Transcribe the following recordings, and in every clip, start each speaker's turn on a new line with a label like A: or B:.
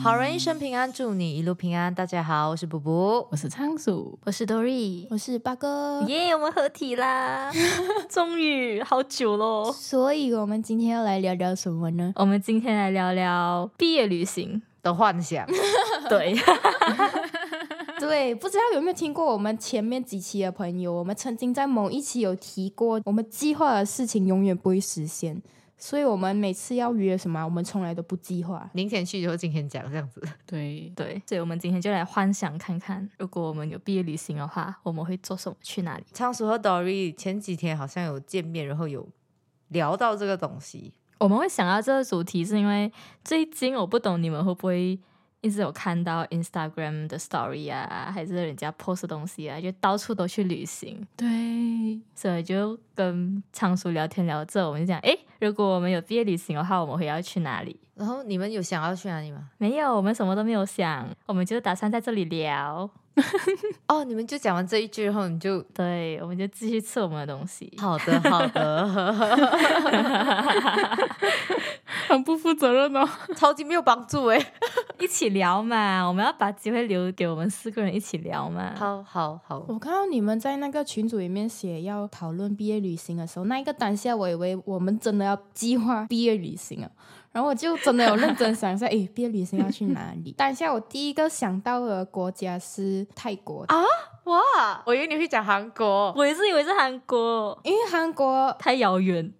A: 好人一生平安，祝你一路平安。大家好，我是布布，
B: 我是仓鼠，
C: 我是 Dory，
D: 我是八哥。
C: 耶我们合体啦！终于，好久喽。
D: 所以，我们今天要来聊聊什么 呢？
C: 我们今天来聊聊毕业旅行。
A: 的幻 想，
C: 对，
D: 对，不知道有没有听过我们前面几期的朋友，我们曾经在某一期有提过，我们计划的事情永远不会实现，所以我们每次要约什么啊，我们从来都不计划。
A: 明天去就今天讲这样子。
B: 对，
C: 对，所以我们今天就来幻想看看，如果我们有毕业旅行的话，我们会做什么，去哪里？
A: 仓鼠和 Dory 前几天好像有见面，然后有聊到这个东西。
C: 我们会想到这个主题，是因为最近我不懂你们会不会一直有看到 Instagram 的 Story 啊，还是人家 post 的东西啊，就到处都去旅行。
B: 对，
C: 所以就跟仓鼠聊天聊这，我们就讲，诶，如果我们有毕业旅行的话，我们会要去哪里？
A: 然后你们有想要去哪里吗？
C: 没有，我们什么都没有想，我们就打算在这里聊。
A: 哦，你们就讲完这一句，然后你就
C: 对，我们就继续吃我们的东西。
A: 好的，好的，
B: 很不负责任哦。
A: 超级没有帮助哎。
C: 一起聊嘛，我们要把机会留给我们四个人一起聊嘛。，
A: 好好好，
D: 我看到你们在那个群组里面写要讨论毕业旅行的时候，那一个当下我以为我们真的要计划 毕业旅行啊，然后我就真的有认真想一下， 诶，毕业旅行要去哪里？当下我第一个想到的国家是泰国，啊
A: 哇，我以为你会讲韩国。
C: 我也是以为是韩国，
D: 因为韩国
C: 太遥远。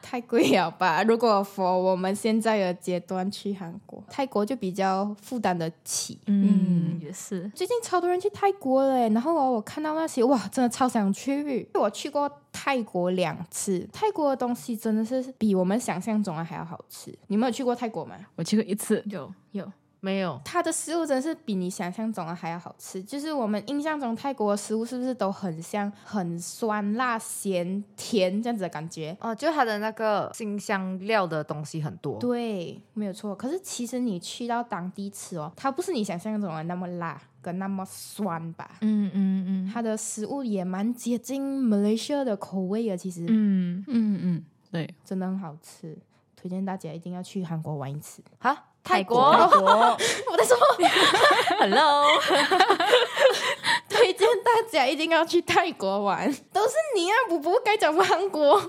D: 太贵了吧？ 如果 for 我们现在的阶段去韩国、泰国就比较负担得起。
C: 嗯，也是。
D: 最近超多人去泰国嘞，然后哦，我看到那些哇，真的超想去。我去过泰国两次，泰国的东西真的是比我们想象中的还要好吃。你们有去过泰国吗？
B: 我去过一次，
C: 有有，
A: 没有，
D: 它的食物真是比你想象中的还要好吃。就是我们印象中泰国的食物是不是都很像很酸、辣、咸、甜这样子的感觉？
A: 哦，就它的那个新香料的东西很多。
D: 对，没有错。可是其实你去到当地吃哦，它不是你想象中的那么辣跟那么酸吧？
C: 嗯嗯嗯
D: 它的食物也蛮接近 Malaysia 的口味的，其实、
C: 嗯，
B: 嗯嗯，对，
D: 真的很好吃，推荐大家一定要去韩国玩一次。
A: 哈，泰
C: 哦
A: 国
C: 泰
B: 国
D: 我在说，
C: ，Hello，
D: 推荐大家一定要去泰国玩，都是你啊，补补该讲韩国。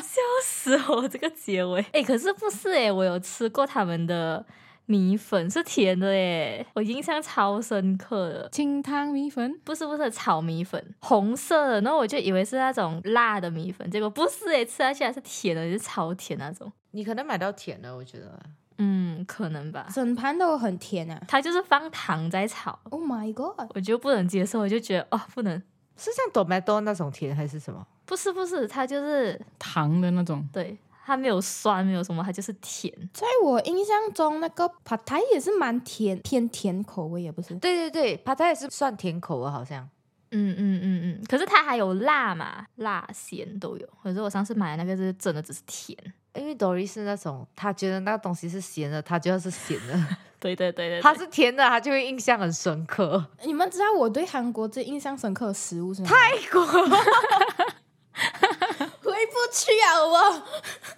C: 笑死我这个结尾。哎，可是不是哎，我有吃过他们的米粉，是甜的哎，我印象超深刻的。
B: 清汤米粉，
C: 不是不是炒米粉，红色的，然后我就以为是那种辣的米粉，结果不是诶，吃下去还是甜的，就是超甜那种。
A: 你可能买到甜的，我觉得。
C: 嗯，可能吧。
D: 整盘都很甜啊
C: 它就是放糖在炒，
D: ！Oh my god！
C: 我就不能接受，我就觉得哦，不能，
A: 是像 tomato 那种甜还是什么？
C: 不是不是，它就是
B: 糖的那种，
C: 对，它没有酸，没有什么，它就是甜。
D: 在我印象中，那个 p a t a 也是蛮甜，偏甜口味，也不是。
A: 对对对，爬泰也是算甜口啊，好像。
C: 嗯嗯嗯嗯，可是它还有辣嘛，辣咸都有。可是我上次买的那个是真的只是甜。
A: 因为 Dory 是那种，他觉得那个东西是咸的，他就要是咸 的；
C: 对对对对
A: 他
C: 它
A: 是甜的，他就会印象很深刻。
D: 你们知道我对韩国最印象深刻的食物是什么吗？
A: 泰国
D: 回不去了我。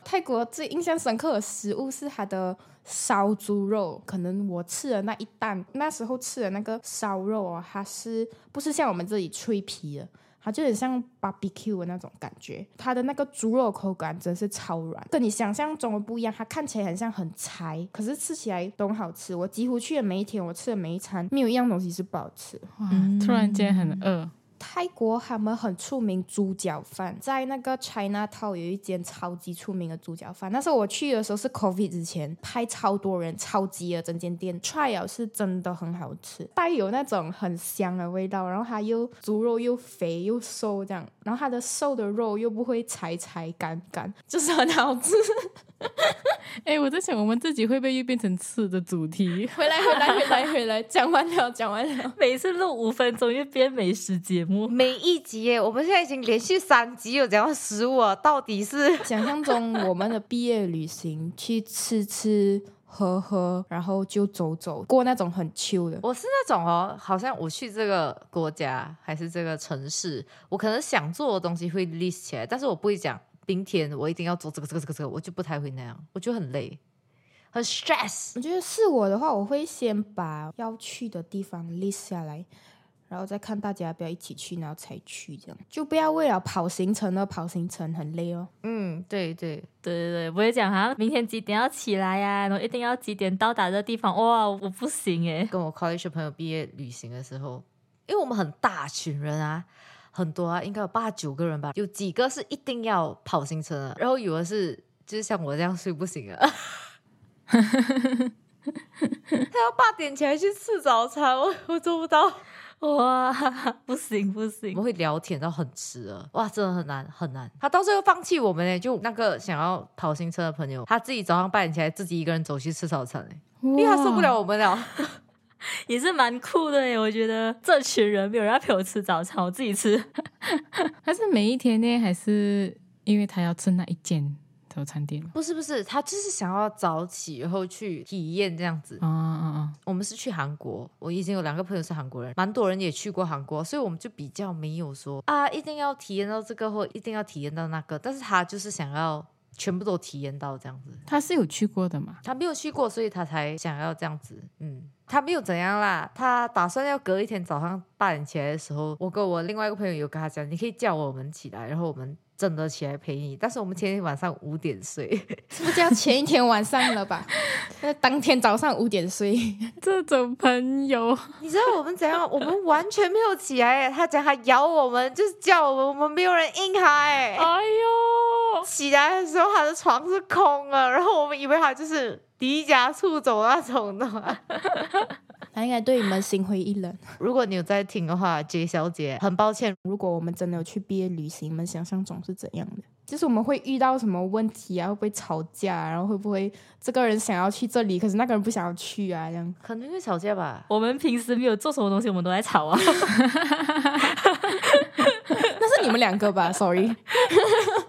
D: 泰国最印象深刻的食物是它的烧猪肉，可能我吃的那一担，那时候吃的那个烧肉啊，它是不是像我们这里脆皮的？它就很像 barbecue 的那种感觉，它的那个猪肉口感真是超软，跟你想象中的不一样。它看起来很像很柴，可是吃起来都很好吃。我几乎去的每一天，我吃的每一餐，没有一样东西是不好吃。
B: 哇，突然间很饿，
D: 泰国他们很出名猪脚饭，在那个 China Town 有一间超级出名的猪脚饭。那时候我去的时候是 COVID 之前，拍超多人，超级的整间店 try 了是真的很好吃，带有那种很香的味道，然后它又猪肉又肥又瘦这样，然后它的瘦的肉又不会柴柴干干，就是很好吃。
B: 哎，我在想我们自己会不会又变成吃的主题？
D: 回来回来回来回来，讲完了讲完了，
C: 每次录五分钟就变美食节目，
A: 每一集耶，我们现在已经连续三集有讲到食物啊，到底是。
D: 想象中我们的毕业旅行去吃吃喝喝，然后就走走，过那种很 chill 的
A: 我是那种哦，好像我去这个国家还是这个城市，我可能想做的东西会 list 起来，但是我不会讲。明天我一定要做这个这个这个这个，我就不太会那样，我就很累。很 stress。
D: 我觉得是我的话，我会先把要去的地方 list 下来，然后再看大家要不要一起去，然后才去，这样就不要为了跑行程而跑行程，很累哦。
A: 嗯，对对，
C: 对对对，不会讲好像明天几点要起来呀、然后一定要几点到达这地方。哇，我不行欸诶。
A: 跟我 college 朋友毕业旅行的时候，因为我们很大群人啊，很多啊，应该有八九个人吧，有几个是一定要跑行程的，然后有的是就是像我这样睡不醒了， 他要八点起来去吃早餐，我我做不到。
C: 哇， 不行不
A: 我
C: 行
A: 们，会聊天到很迟了，哇，真的很难很难。他到最后放弃我们呢，就那个想要跑行车的朋友，他自己早上八点起来自己一个人走去吃早餐嘞，因为他受不了我们了。
C: 也是蛮酷的诶。我觉得这群人没有人要陪我吃早餐，我自己吃。
B: 哇，他是每一天呢，还是因为他要吃那一间早餐店吗？
A: 不是不是，他就是想要早起，然后去体验这样子。
B: 啊啊啊！
A: 我们是去韩国，我已经有两个朋友是韩国人，蛮多人也去过韩国，所以我们就比较没有说啊，一定要体验到这个或一定要体验到那个，但是他就是想要全部都体验到这样子。
B: 他是有去过的嘛？
A: 他没有去过，所以他才想要这样子。嗯，他没有怎样啦，他打算要隔一天早上八点起来的时候，我跟我另外一个朋友有跟他讲，你可以叫我们起来，然后我们真的起来陪你。但是我们前天晚上五点睡，
D: 这不叫前一天晚上了吧？ 那当天早上五点睡，
B: 这种朋 友，
A: 你知道我们怎样？我们完全没有起来耶。他讲他咬我们，就是叫我们，我们没有人应他。哎，
C: 哦
B: 哎呦，
A: 起来的时候他的床是空的，然后我们以为他就是离家出走那种的。
D: 他应该对你们心灰意冷。
A: 如果你有在听的话，J 小姐，很抱歉，
D: 如果我们真的有去毕业旅行，你们想象中是怎样的？就是我们会遇到什么问题啊？会不会吵架、啊？然后会不会这个人想要去这里，可是那个人不想要去啊？这样
A: 肯定会吵架吧。
C: 我们平时没有做什么东西，我们都在吵啊。
D: 那是你们两个吧？Sorry，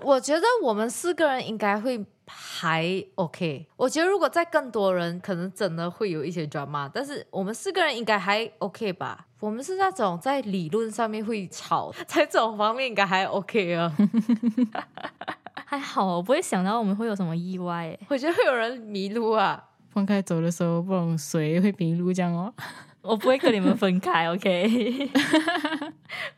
A: 我觉得我们四个人应该会还 OK。我觉得如果再更多人，可能真的会有一些 drama，但是我们四个人应该还 OK 吧。我们是那种在理论上面会吵，在这种方面应该还 OK 啊。
C: 还好，啊我不会想到我们会有什么意外诶。
A: 我觉得会有人迷路啊。
B: 放开走的时候，不懂谁会迷路这样哦。
C: 我不会跟你们分开，OK？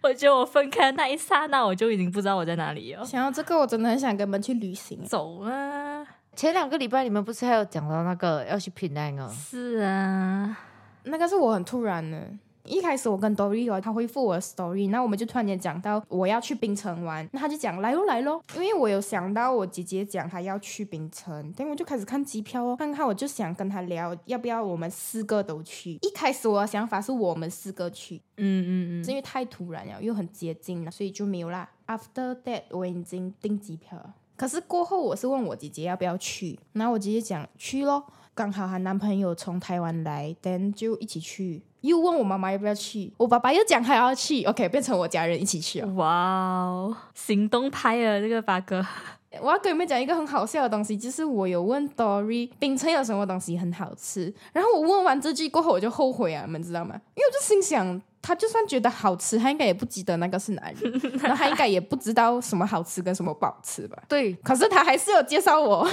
C: 我觉得我分开的那一刹那，我就已经不知道我在哪里了。
D: 想要这个，我真的很想跟你们去旅行。
C: 走啊！
A: 前两个礼拜你们不是还有讲到那个要去平安哦？
C: 是啊，
D: 那个是我很突然的。一开始我跟 Dory 哦，他回复我的 story，那我们就突然间讲到我要去槟城玩，那他就讲来咯来咯，因为我有想到我姐姐讲她要去槟城，但我就开始看机票哦，看看我就想跟她聊要不要我们四个都去。一开始我的想法是我们四个去，
C: 嗯嗯
D: 是
C: 嗯，
D: 因为太突然了，又很接近了，所以就没有啦。After that，我已经订机票了。可是过后，我是问我姐姐要不要去，然后我姐姐讲去咯，刚好她男朋友从台湾来，then 就一起去。又问我妈妈要不要去，我爸爸又讲他要去，OK，变成我家人一起去了。
C: 嗯哇哦，行动派啊，这个八哥，
D: 我要跟你们讲一个很好笑的东西，就是我有问 Dory 冰城有什么东西很好吃，然后我问完这句过后，我就后悔啊，你们知道吗？因为我就心想，他就算觉得好吃，他应该也不记得那个是哪里，然后他应该也不知道什么好吃跟什么不好吃吧。
A: 对，
D: 可是他还是有介绍我，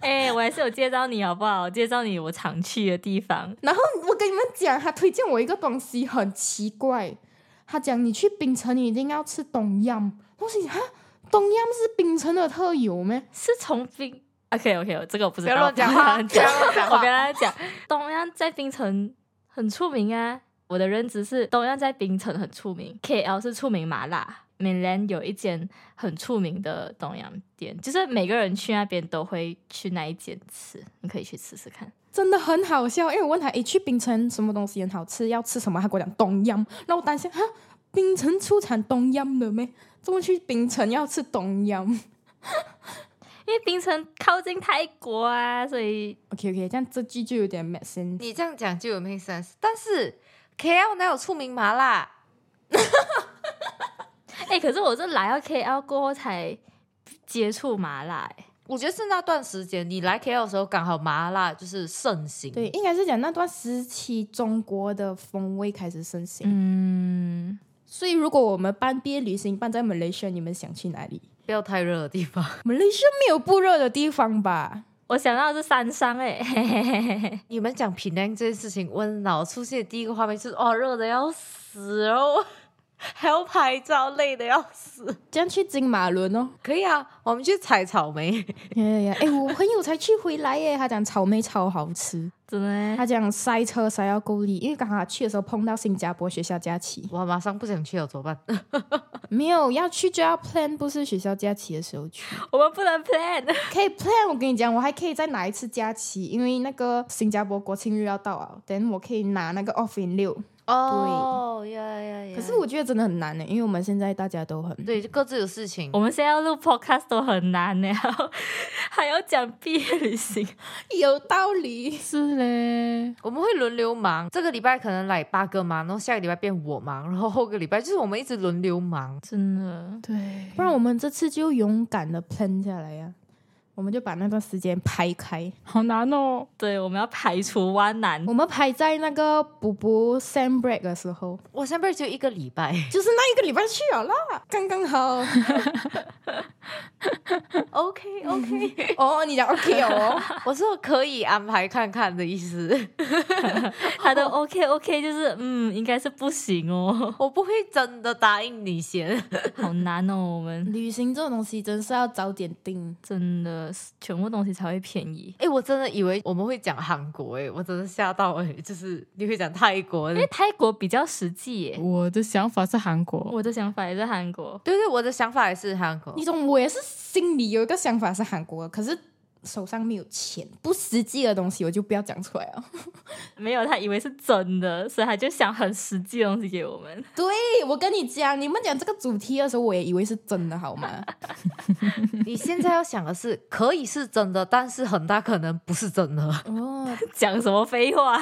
C: 哎、我还是有介绍你好不好？介绍你我常去的地方，
D: 然后我跟你们讲，他推荐我一个东西很奇怪，他讲你去冰城你一定要吃东阳，我心想哈，东阳是冰城的特有咩？
C: 是从冰。OK OK，这个哦我不知
A: 不
C: 道，
A: 要乱讲话，
C: 我
A: 不
C: 不
A: 要
C: 要
A: 乱
C: 乱
A: 讲
C: 讲，我
A: 话
C: 不。要乱讲。东阳在冰城很出名啊，我的认知是东阳在冰城很出名，KL 是出名麻辣。Mainland 有一间很出名的东阳店，就是每个人去那边都会去那一间吃，你可以去试试看。
D: 真的很好笑，因为我问他，诶，去槟城什么东西很好吃？要吃什么？他给我讲东阳，那我担心哈，槟城出产东阳的咩？怎么去槟城要吃东 阳
C: 因为槟城靠近泰国啊，所以
D: ？OK OK，这样这句就有点 make sense。
A: 你这样讲就有 make sense，但是 KL 哪有出名麻辣？
C: 哎、可是我是来到 KL 过后才接触麻辣、欸，
A: 我觉得是那段时间你来 KL 的时候，刚好麻辣就是盛行。
D: 对，应该是讲那段时期中国的风味开始盛行。
C: 嗯，
D: 所以如果我们办毕业旅行办在 Malaysia，你们想去哪里
A: 不要太热的地方。
D: ？Malaysia 没有不热的地方吧？
C: 我想到的是山上哎、欸，
A: 你们讲平凉这件事情，我脑出现的第一个画面就是哦，热的要死，然后 还要拍照，累的要死。
D: 这样去金马伦哦，
A: 可以啊，我们去采草 莓。
D: 哎呀，哎，我朋友才去回来耶，他讲草莓超好吃，
C: 真的欸、
D: 他讲塞车塞到够力，因为刚好去的时候碰到新加坡学校假期，
A: 我马上不想去了，怎么 办？
D: 没有要去就要 plan，不是学校假期的时候去，
C: 我们不能 plan。
D: 可以 plan。我跟你讲，我还可以再拿一次假期，因为那个新加坡国庆日要到啊，等我可以拿那个 off in 六。
A: 哦，呀呀呀！
D: 可是我觉得真的很难呢，欸因为我们现在大家 都很
A: 对就各自有事情
C: 我，们现在要录 podcast 都很难呢， 还要讲毕业旅行，
D: 有道理。
B: 是嘞，
A: 我们会轮流忙。这个礼拜可能来八哥忙，然后下个礼拜变我忙，然后后个礼拜就是我们一直轮流忙。
C: 真的。
B: 对，
D: 不然我们这次就勇敢的 plan 下来呀、我们就把那段时间排开，
B: 好难哦。
C: 对，我们要排除万难
D: 我。们排在那个补补 sam break 的时候，
A: 我上边只有一个礼拜
D: 就是那一个礼拜去了啦，刚刚好。
A: ，OK OK，
D: 哦，你讲 OK 哦，
A: 我说可以安排看看的意思，
C: 他的 OK OK 就是嗯，应该是不行哦，
A: 我不会真的答应你先。
C: 好难哦，我 们
D: 旅行这种东西真是要早点定。
C: 真的是全部东西才会便宜。
A: 哎、我真的以为我们会讲韩国、诶，我真的吓到、诶，就是你会讲泰国
C: 因为泰国比较实际耶，
B: 我的想法是韩国，
C: 我的想法也是韩国。
A: 对对，我的想法也是韩国
D: 你。懂，我也是心里有一个想法是韩国的，可是手上没有钱，不实际的东西我就不要讲出来哦。
C: 没有，他以为是真的，所以他就想很实际的东西给我们。
D: 对，我跟你讲，你们讲这个主题的时候，我也以为是真的，好吗？
A: 你现在要想的是，可以是真的，但是很大可能不是真的。
D: 哦，
C: 讲什么废话？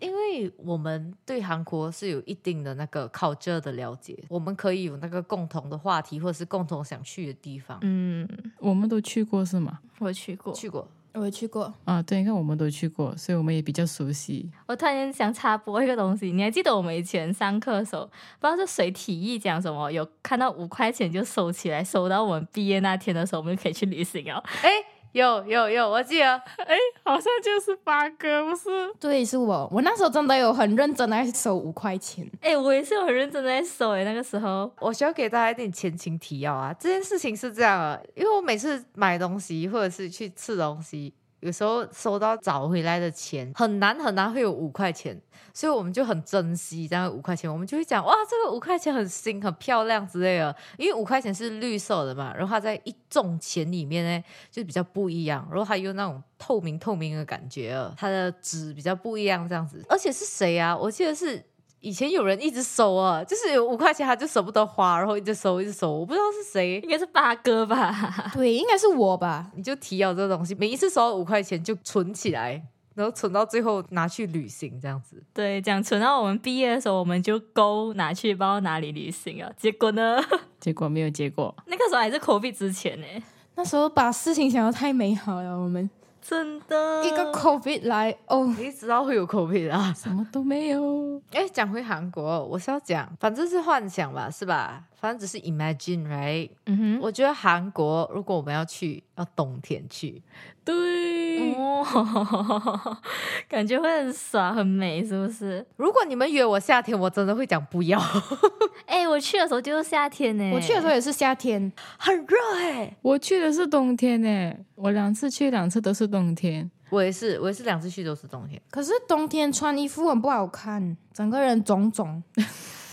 A: 因为我们对韩国是有一定的那个 culture 的了解，我们可以有那个共同的话题，或者是共同想去的地方。
C: 嗯，
B: 我们都去过是吗？
C: 我去过。
A: 去过，
D: 我也去过，
B: 啊，对，你看我们都去过，所以我们也比较熟悉。
C: 我突然间想插播一个东西，你还记得我们以前上课的时候，不知道是谁提议讲什么，有看到五块钱就收起来，收到我们毕业那天的时候，我们就可以去旅行 哦。
A: 哎，有有有，我记得
B: 好像就是八哥，不是？
D: 对，是我，我那时候真的有很认真的在收五块 钱。
C: 哎，我也是有很认真的在收哎，那个时候
A: 我需要给大家一点前情提要啊，这件事情是这样啊，因为我每次买东西或者是去吃东西，有时候收到找回来的钱很难很难会有五块钱，所以我们就很珍惜这样五块钱，我们就会讲哇，这个五块钱很新很漂亮之类的，因为五块钱是绿色的嘛，然后它在一众钱里面呢就比较不一样，然后还有那种透明透明的感觉了，它的纸比较不一样这样子，而且是谁啊？我记得是以前有人一直收啊，就是有五块钱他就舍不得花，然后一直收一直收，我不知道是谁
C: 应。该是八哥吧？
D: 对，应该是我吧？
A: 你就提要这个东西，每一次收到五块钱就存起来，然后存到最后拿去旅行这样子。
C: 对，讲存到我们毕业的时候，我们就勾拿去不知道哪里旅行啊。结果呢，
B: 结果没有结果，
C: 那个时候还是 COVID 之前呢，
D: 那时候把事情想得太美好了，我们
C: 真的
D: 一个 COVID 来哦，
A: 你知道会有口碑啊？
B: 什么都没有。
A: 哎，讲回韩国，我是要讲，反正是幻想吧，是吧？反正只是 imagine，right？、
C: 嗯
A: 我觉得韩国如果我们要去，要冬天去，
B: 对，
C: 哼，哦， 感觉会很爽很美，是不是？
A: 如果你们约我夏天，我真的会讲不要，
C: 哎、我去的时候就是夏天呢、
D: 我去的时候也是夏天，
A: 很热哎、
B: 我去的是冬天诶，我两次去，两次都是冬天。
A: 我也是，我也是两次去都是冬天，
D: 可是冬天穿衣服很不好看，整个人肿肿。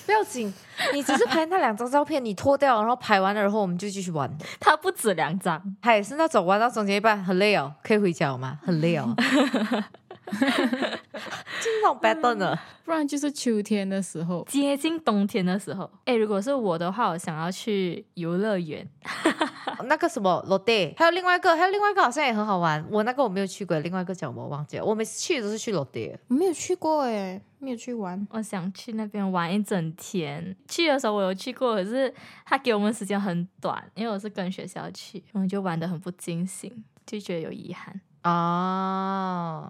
A: 不要紧，你只是拍那两张照片，你脱掉，然后拍完了，然后我们就继续玩。
C: 它不止两张，
A: 他也是那种玩到中间一半很累哦，可以回家了吗？很累 哦，就是那种啊 bad 的。
B: 不然就是秋天的时候，
C: 接近冬天的时候。哎、如果是我的话，我想要去游乐园。
A: 那个什么 l o d e 还有另外一个，还有另外一个好像也很好玩。我那个我没有去过，另外一个叫什么我忘记了。我每次去都是去 l o d e
D: 我没有去过诶，没有去玩。
C: 我想去那边玩一整天。去的时候我有去过，可是他给我们时间很短，因为我是跟学校去，我们就玩的很不尽兴，就觉得有遗憾。
A: 啊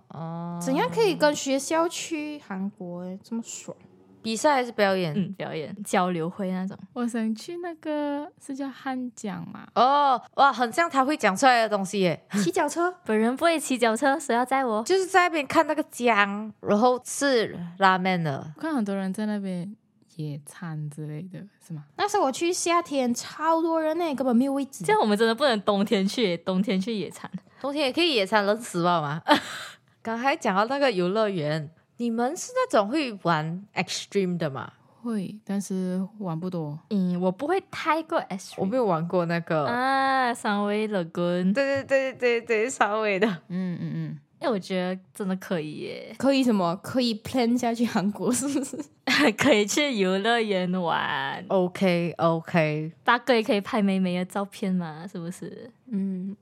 A: 哦，哦
D: 欸怎样可以跟学校去韩国诶？这么爽？
A: 比赛还是表演？
C: 嗯，表演交流会那种。
B: 我想去那个是叫汉江嘛？
A: 哦，哇，很像他会讲出来的东西耶，
D: 骑脚 车，
C: 本人不会骑脚车，谁要载我？
A: 就是在那边看那个江，然后吃拉面的。
B: 我看很多人在那边野餐之类的，是吗？
D: 那时候我去夏天，超多人呢、根本没有位置
C: 这。样我们真的不能冬天去，冬天去野餐。
A: 冬天也可以野餐，冷死吧嘛。 刚才讲到那个游乐园，你们是那种会玩 extreme 的吗？
B: 会，但是玩不多。
C: 嗯，我不会太过 S，
A: 我没有玩过那个。
C: 啊，三维 lagoon。
A: 对对对对对，稍微的。
B: 嗯嗯嗯，
C: 哎，我觉得真的可以耶，
D: 可以什么？可以 plan 下去韩国是不是？
C: 可以去游乐园玩，
A: OK OK，
C: 八哥也可以拍美美的照片嘛，是不是？
D: 嗯，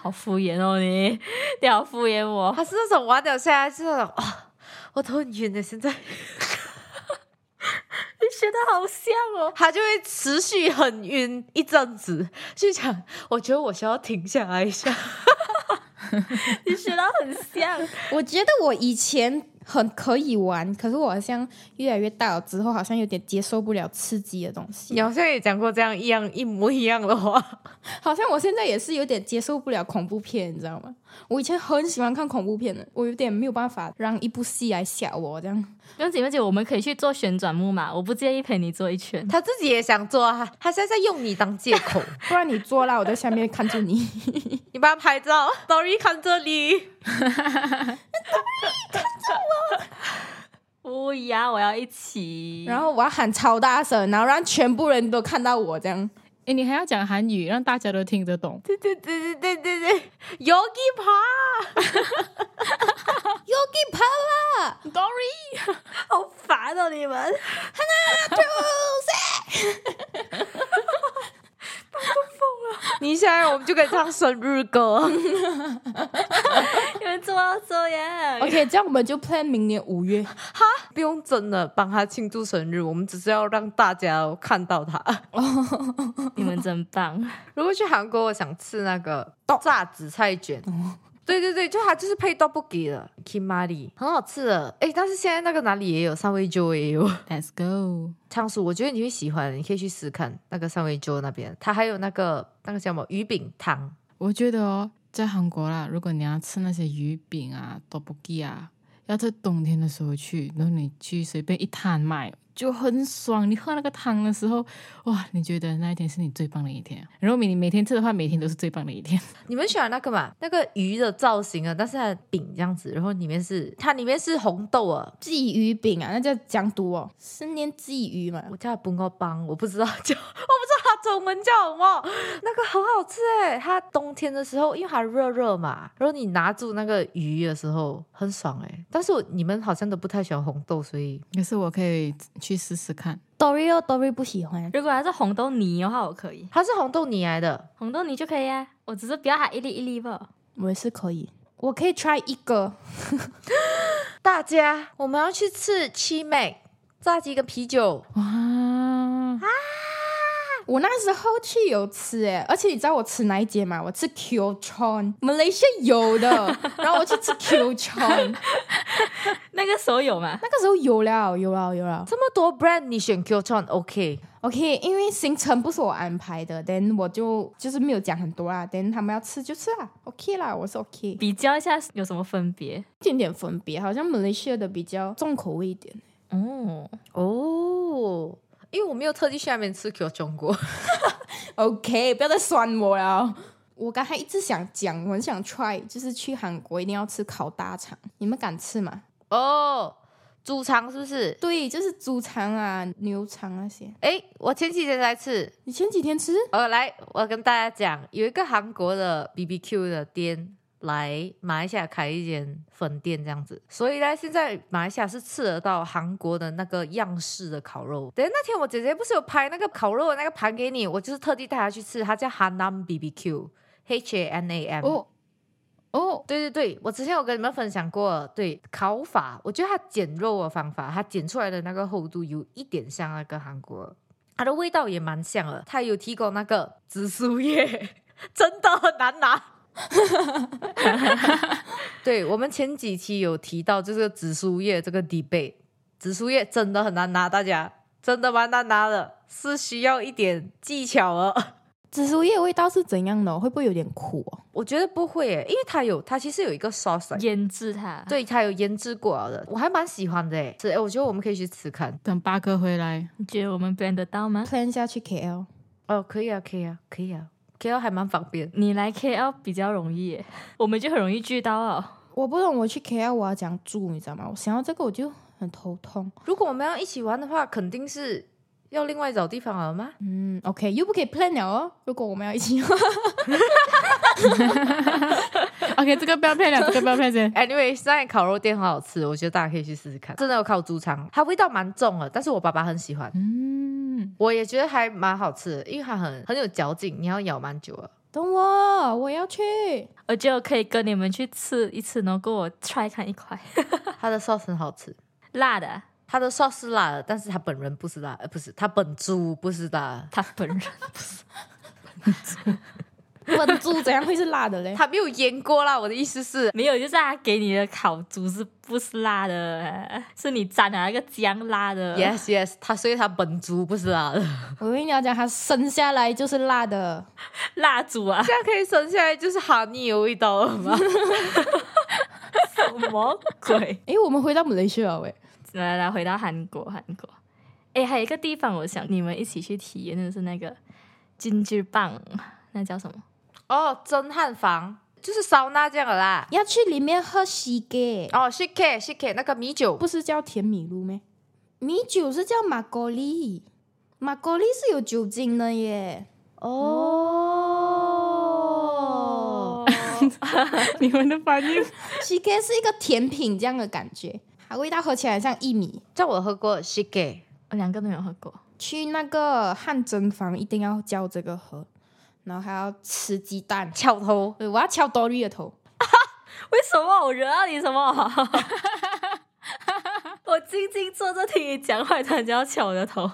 C: 好敷衍哦你， 你好敷衍我。
A: 他是那种玩掉下来是那种啊，我头很晕的，现在
C: 你学的好像哦。
A: 他就会持续很晕一阵子，就想我觉得我需要停下来一下。
C: 你学的很 像，
D: 我觉得我以前很可以玩，可是我好像越来越大了之后，好像有点接受不了刺激的东西
A: 你。好像也讲过这样一样一模一样的话，
D: 好像我现在也是有点接受不了恐怖片，你知道吗？我以前很喜欢看恐怖片的，我有点没有办法让一部戏来吓我这样。
C: 不用紧，不用紧，我们可以去做旋转木马，我不介意陪你做一 圈。
A: 他自己也想做啊，他现在在用你当借 口，
D: 不然你坐啦，我在下面看着你。
A: 你帮他拍照，Sorry 看这里。
C: 不呀，我要一起。
D: 然后我要喊超大声，然后让全部人都看到我这样。
B: 哎，你还要讲韩语，让大家都听得懂。
A: 对对对对对对对，Yogi 爬
D: Yogi Power，
C: 好烦哦，你们。
A: 你下来我们就可以唱生日歌。
C: 你们怎么要这样
D: OK，这样我们就 plan 明年五月。
A: 不用真的帮他庆祝生日，我们只是要让大家哦看到他。
C: 你们真棒！
A: 如果去韩国，我想吃那个
D: 豆
A: 炸紫菜卷。对对对，就它就是配豆不给的 kimari，很好吃的。哎，但是现在那个哪里也有，三味粥也有。
B: Let's go，
A: 仓鼠，我觉得你会喜欢，你可以去试看那个三味粥那边，它还有那个那个叫什么鱼饼汤。
B: 我觉得哦，在韩国啦，如果你要吃那些鱼饼啊、豆腐鸡啊，要在冬天的时候去，然后你去随便一摊卖。就很爽，你喝那个汤的时候，哇，你觉得那一天是你最棒的一天。 然后你每天吃的话，每天都是最棒的一天。
A: 你们喜欢那个嘛？那个鱼的造型啊，但是它的饼这样子，然后里面是它里面是红豆啊，
D: 鲫鱼饼啊，那叫江都哦，是念鲫鱼嘛？
A: 我叫它bungo 帮，我不知道叫，我不知 道它中文叫什么。那个很好吃哎，它冬天的时候，因为它热热嘛，然后你拿住那个鱼的时候很爽哎。但是我你们好像都不太喜欢红豆，所以
B: 可是我可以去试试看。
D: Dory 哦，Dory 不喜欢。
C: 如果它是红豆泥的话，我可以，
A: 它是红豆泥来的。
C: 红豆泥就可以啊。我只是不要它一粒一粒吧。
D: 我也是可以，我可以 try 一个。
A: 大家，我们要去吃七妹炸鸡跟啤酒，
B: 哇，
D: 我那时候去有吃诶，而且你知道我吃哪一间吗？我吃 Q Chon Malaysia 有的， 然后我去吃 Q Chon，
C: 那个时候有吗？
D: 那个时候有了，有了，有了。
A: 这么多 brand 你选 Q Chon OK，
D: OK，因为行程不是我安排的，then 我就就是没有讲很多啦，then 他们要吃就吃啦，OK 啦，我是 OK。
C: 比较一下有什么分别？
D: 一点点分别，好像 Malaysia 的比较重口味一点。
C: 哦，
A: 哦。因为我没有特地去那边吃 Q 中过，
D: OK，不要再酸我了。我刚才一直想讲，我很想 try，就是去韩国一定要吃烤大肠，你们敢吃吗？
A: 哦，猪肠是不是？
D: 对，就是猪肠啊、牛肠那些。
A: 诶，我前几天才吃，
D: 你前几天吃？
A: 呃，来，我跟大家讲，有一个韩国的 BBQ 的店来马来西亚开一间分店这样子，所以呢，现在马来西亚是吃得到韩国的那个样式的烤肉。对，那天我姐姐不是有拍那个烤肉的那个盘给你，我就是特地带她去吃，它叫 Hanam BBQ，H A N A M。
D: 哦哦，
A: 对对对，我之前有跟你们分享过，对烤法，我觉得它减肉的方法，它减出来的那个厚度有一点像那个韩国，它的味道也蛮像的。它有提供那个紫苏叶， 真的很难拿。 对我们前几期有提到这个紫苏叶这个 debate，紫苏叶真的很难拿，大家真的蛮难拿的，是需要一点技巧哦的。
D: 紫苏叶味道是怎样的哦？会不会有点苦哦？
A: 我觉得不会耶，因为它有它其实有一个 sauce，来
C: 腌制它。，
A: 对，它有腌制过了的，我还蛮喜欢的诶。是，诶我觉得我们可以去吃看。
B: 等八哥回来，
C: 你觉得我们 blend 得到吗？
D: plan 下去 KL，
A: 哦，可以啊，可以啊，可以啊，KL 还蛮方便。
C: 你来 KL 比较容易耶， 我们就很容易聚到哦。
D: 我不懂，我去 KL 我要怎样住，你知道吗？我想到这个我就很头痛。
A: 如果我们要一起玩的话，肯定是要另外找地方了吗？
D: 嗯，OK，又不可以 plan 了哦。如果我们要一起，
B: OK，这个不要骗了，这个不要骗先。
A: Anyway，现在烤肉店很好吃，我觉得大家可以去试试看。真的有烤猪肠，它味道蛮重的，但是我爸爸很喜欢，
B: 嗯，
A: 我也觉得还蛮好吃的，因为它很很有嚼劲，你要咬蛮久的。
D: 等我，我要去。
C: 我就可以跟你们去吃一次，然后给我 try 看一块
A: 它的 sauce 很好吃，
C: 辣的。
A: 它的 sauce 是辣的，但是它本人不是辣，呃，不是，它本猪不是辣，
C: 他本人
D: 笨猪怎样会是辣的 嘞？
A: 它没有腌过啦。我的意思是，
C: 没有，就是他给你的烤猪是不是辣的？是你沾了那个姜辣的。
A: yes yes，它所以它本猪不是辣的，，
D: 我跟你讲讲，它生下来就是辣的。
C: 蜡烛啊
A: 这样可以省下来就是哈尼的味道了吗？
C: 什么鬼？
D: 诶，我们回到马来西亚了喂，
C: 来来来，回到韩国，韩国。哎，还有一个地方，我想你们一起去体验的是那个金枝棒，那叫什么？
A: 哦，蒸汉房就是烧那这样的啦。
D: 要去里面喝西给，
A: 哦 s h i k e s h i k e 那个米酒
D: 不是叫甜米露咩？米酒是叫马格利，马格利是有酒精的耶。哦，
B: 你们的反应，
D: 西给是一个甜品这样的感觉，它味道喝起来像薏米。
A: 在我喝过 s h i k e
C: 我哦两个都没有喝过。
D: 去那个汗蒸房一定要叫这个喝，然后还要吃鸡蛋。
A: 敲头，
D: 对，我要敲多利的头。
C: 为什么我惹到你什么？ 我静静坐着听你讲话，突然间要敲我的头，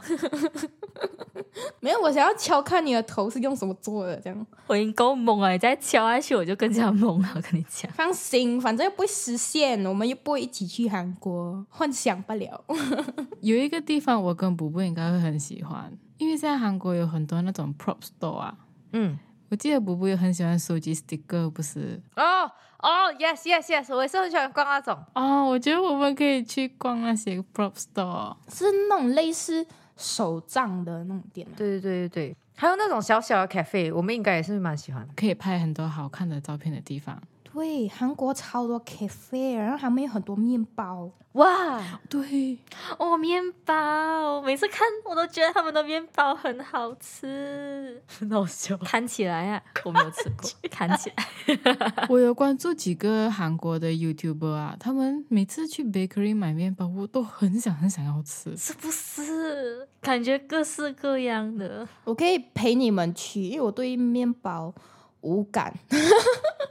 D: 没有，我想要敲看你的头是用什么做的，这样
C: 我已经够懵了，你再敲下去我就更加懵了。我跟你讲，
D: 放心，反正又不会实现，我们又不会一起去韩国，幻想不了。
B: 有一个地方我跟布布应该会很喜欢，因为在韩国有很多那种 prop store 啊。
A: 嗯，
B: 我记得布布也很喜欢收集 sticker，不是？
A: 哦哦，yes yes yes，我也是很喜欢逛那种，
B: 哦，我觉得我们可以去逛那些 prop store。
D: 是那种类似手杖的那种店、啊，
A: 对对对对对，还有那种小小的 cafe，我们应该也是蛮喜欢的。
B: 可以拍很多好看的照片的地方。
D: 对，韩国超多 cafe，然后他们有很多面包，
A: 哇，
B: 对，
C: 哦，面包，每次看我都觉得他们的面包很好吃，
A: 很好笑。
C: 看起来啊，我没有吃 过，看起来
B: 我有关注几个韩国的 YouTuber 啊，他们每次去 bakery 买面包，我都很想很想要吃。
C: 是不是感觉各式各样的？
D: 我可以陪你们去，因为我对面包无感。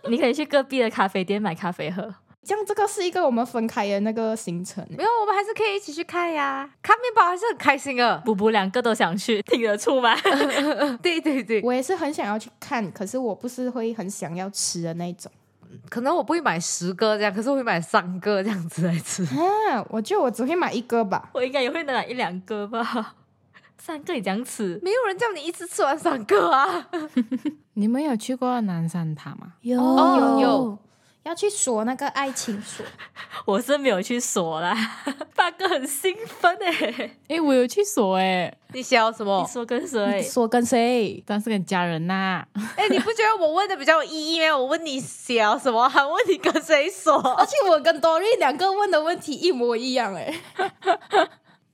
C: 你可以去隔壁的咖啡店买咖啡喝。
D: 这样，这个是一个我们分开的那个行程欸。
A: 没有，我们还是可以一起去看呀，看面包还是很开心啊的。
C: 布布两个都想去，听得出吗？
A: 对对对，
D: 我也是很想要去看，可是我不是会很想要吃的那一种
A: 可能我不会买十个这样，可是我会买三个这样子来吃。
D: 啊。我觉得我只会买一个吧。
C: 我应该也会拿一两个吧，三个也这样吃。
A: 没有人叫你一次吃完三个啊！
B: 你们有去过南山塔吗？
D: 有
A: 哦有有，
D: 要去锁那个爱情锁。
C: 我是没有去锁啦， 八哥很兴奋哎、
B: 诶，我有去锁诶，
A: 你想要什么
C: 哦你？说跟谁？
D: 锁跟谁？
B: 但是跟家人呐、
A: 哎、你不觉得我问的比较有意义吗？我问你想什么，还 问你跟谁说？
D: 而且我跟 Dory 两个问的问题一模一样哎、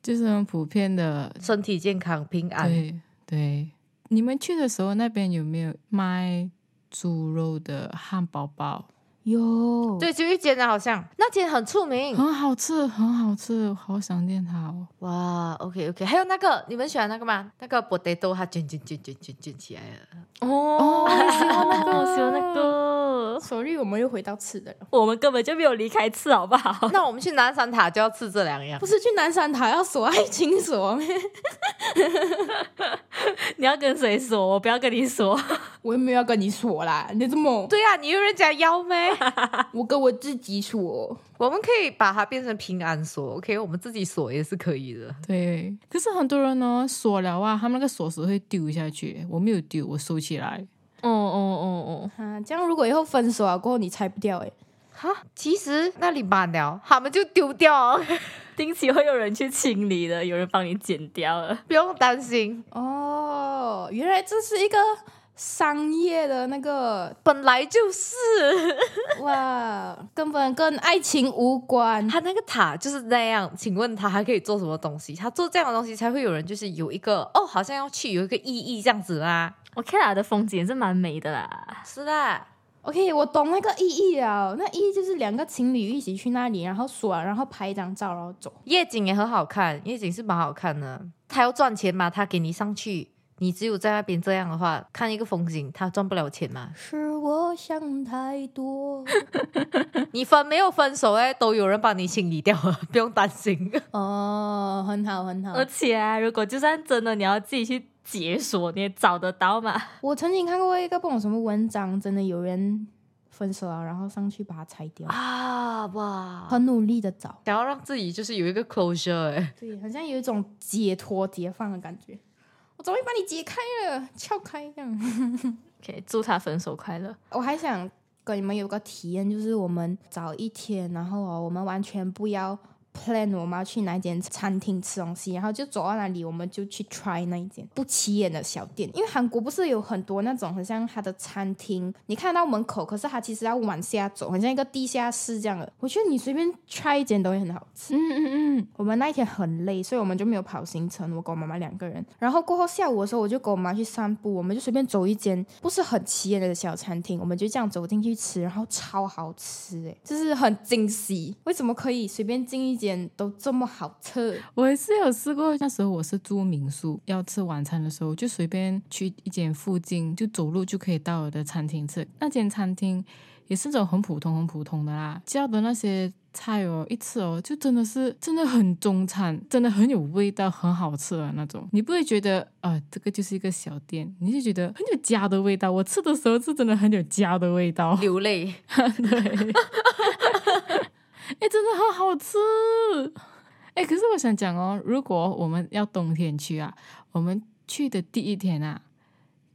B: 就是很普遍的。
A: 身体健康平安，
B: 对对，你们去的时候那边有没有卖猪肉的汉堡包？
D: 有
A: 对，就一间的好像那间很出名。
B: 很好吃，很好吃，我好想念它哦。
A: 哇，OK OK，还有那个你们喜欢那个吗？那个 potato 它卷卷卷卷卷卷起来了，
C: 哦，我喜欢那
B: 个
C: 个，我喜欢哦那个。
D: ，Sorry，我们又回到吃的了。
C: 我们根本就没有离开吃，好不好？
A: 那我们去南山塔就要吃这两样
D: 不。是去南山塔要锁爱情锁咩？
C: 你要跟谁说？我不要跟你说。
D: 我又没有要跟你说啦，你怎么？
A: 对啊呀、你有人家要没？
D: 我跟我自己说，
A: 我们可以把它变成平安锁，OK，我们自己锁也是可以的。
B: 对，可是很多人呢锁了啊，他们那个锁匙会丢下去，我没有丢，我收起来。
C: 哦哦哦
D: 啊，这样如果以后分手了啊过后你拆不掉、欸，
A: 哈，其实那里满了，他们就丢掉，
C: 哦，定期会有人去清理的，有人帮你剪掉了。
A: 不用担心。
D: 哦，原来这是一个商业的那个，
A: 本来 就是，
D: 哇，根本跟爱情无关。
A: 他那个塔就是那样。请问他还可以做什么东西？他做这样的东西才会有人就是有一个哦，好像要去有一个意义这样子啦。
C: OK 啦，的风景也是蛮美的啦。
A: 是啦，
D: OK，我懂那个意义了，那意义就是两个情侣一起去那里，然后说完，然后拍一张照，然后走。
A: 夜景也很好看，夜景是蛮好看的。他要赚钱嘛，他给你上去，你只有在那边这样的话，看一个风景，他赚不了钱 嘛。
D: 是我想太多，
A: 你分没有分手哎、都有人帮你清理掉 了，不用担心。
D: 哦，很好很好
C: 而。且啊，如果就算真的你要自己去解锁，你也找得到嘛。
D: 我曾经看过一个不懂什么文章，真的有人分手了，然后上去把它拆掉，
A: 啊哇！
D: 很努力的找。
A: 想要让自己就是有一个 closure 哎、
D: 对，好像有一种解脱、解放的感觉。我终于把你解开了，撬开这样。
C: OK，祝他分手快乐。
D: 我还想跟你们有个体验，就是我们早一天，然后哦，我们完全不要 plan 我们要去哪一间餐厅吃东西，然后就走到哪里，我们就去 try 那一间不起眼的小店。因为韩国不是有很多那种很像它的餐厅，你看到门口，可是它其实要往下走，很像一个地下室这样的。我觉得你随便 try 一间都会很好吃。
B: 嗯嗯嗯，
D: 我们那一天很累，所以我们就没有跑行程。我跟我妈妈两个人，然后过后下午的时候，我就跟我妈去散步，我们就随便走一间不是很起眼的小餐厅，我们就这样走进去吃，然后超好吃哎，就是很惊喜。为什么可以随便进一间都这么好吃？
B: 我也是有试过，那时候我是住民宿，要吃晚餐的时候就随便去一间附近就走路就可以到的餐厅吃。那间餐厅也是那种很普通很普通的啦，叫的那些菜哦，一吃哦就真的是真的很中餐，真的很有味道，很好吃的那种。你不会觉得呃这个就是一个小店，你就觉得很有家的味道。我吃的时候是真的很有家的味道，
A: 流泪。
B: 对， 哎，真的很好吃。哎，可是我想讲哦，如果我们要冬天去啊，我们去的第一天啊，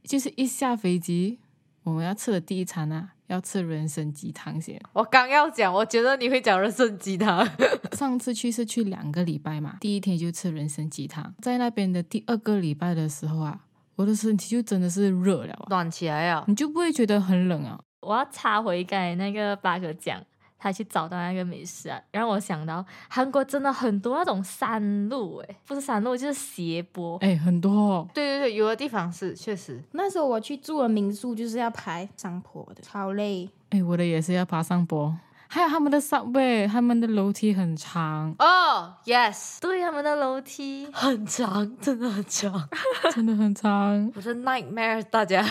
B: 就是一下飞机，我们要吃的第一餐啊，要吃人参鸡汤先。
A: 我刚要讲，我觉得你会讲人参鸡汤。
B: 上次去是去两个礼拜嘛，第一天就吃人参鸡汤，在那边的第二个礼拜的时候啊，我的身体就真的是热了啊、
A: 暖起来啊！
B: 你就不会觉得很冷啊。
C: 我要插回刚才那个八哥讲，他去找到那个美食啊，让我想到韩国真的很多那种山路，诶，不是山路就是斜 坡，
B: 哎，很多、哦。
A: 对对对，有的地方是确实。，
D: 那时候我去住了民宿，就是要爬上坡的，超累。
B: 哎，我的也是要爬上坡，还有他们的 subway，他们的楼梯很长
A: 哦、y e s
C: 对他们的楼梯，
A: 很长，真的很长。
B: 真的很长。
A: 我的 nightmare，大家，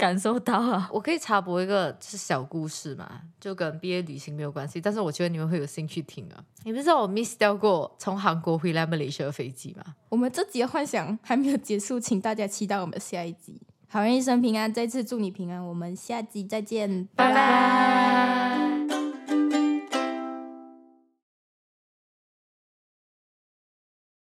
C: 感受到啊。
A: 我可以插播一个就是小故事嘛，就跟毕业旅行没有关系，但是我觉得你们会有兴趣听啊。你们知道我 miss 掉过从韩国回来马来西亚的飞机吗？
D: 我们这集的幻想还没有结束，请大家期待我们下一集。好人一生平安，再次祝你平安，我们下集再见，拜拜。
A: 拜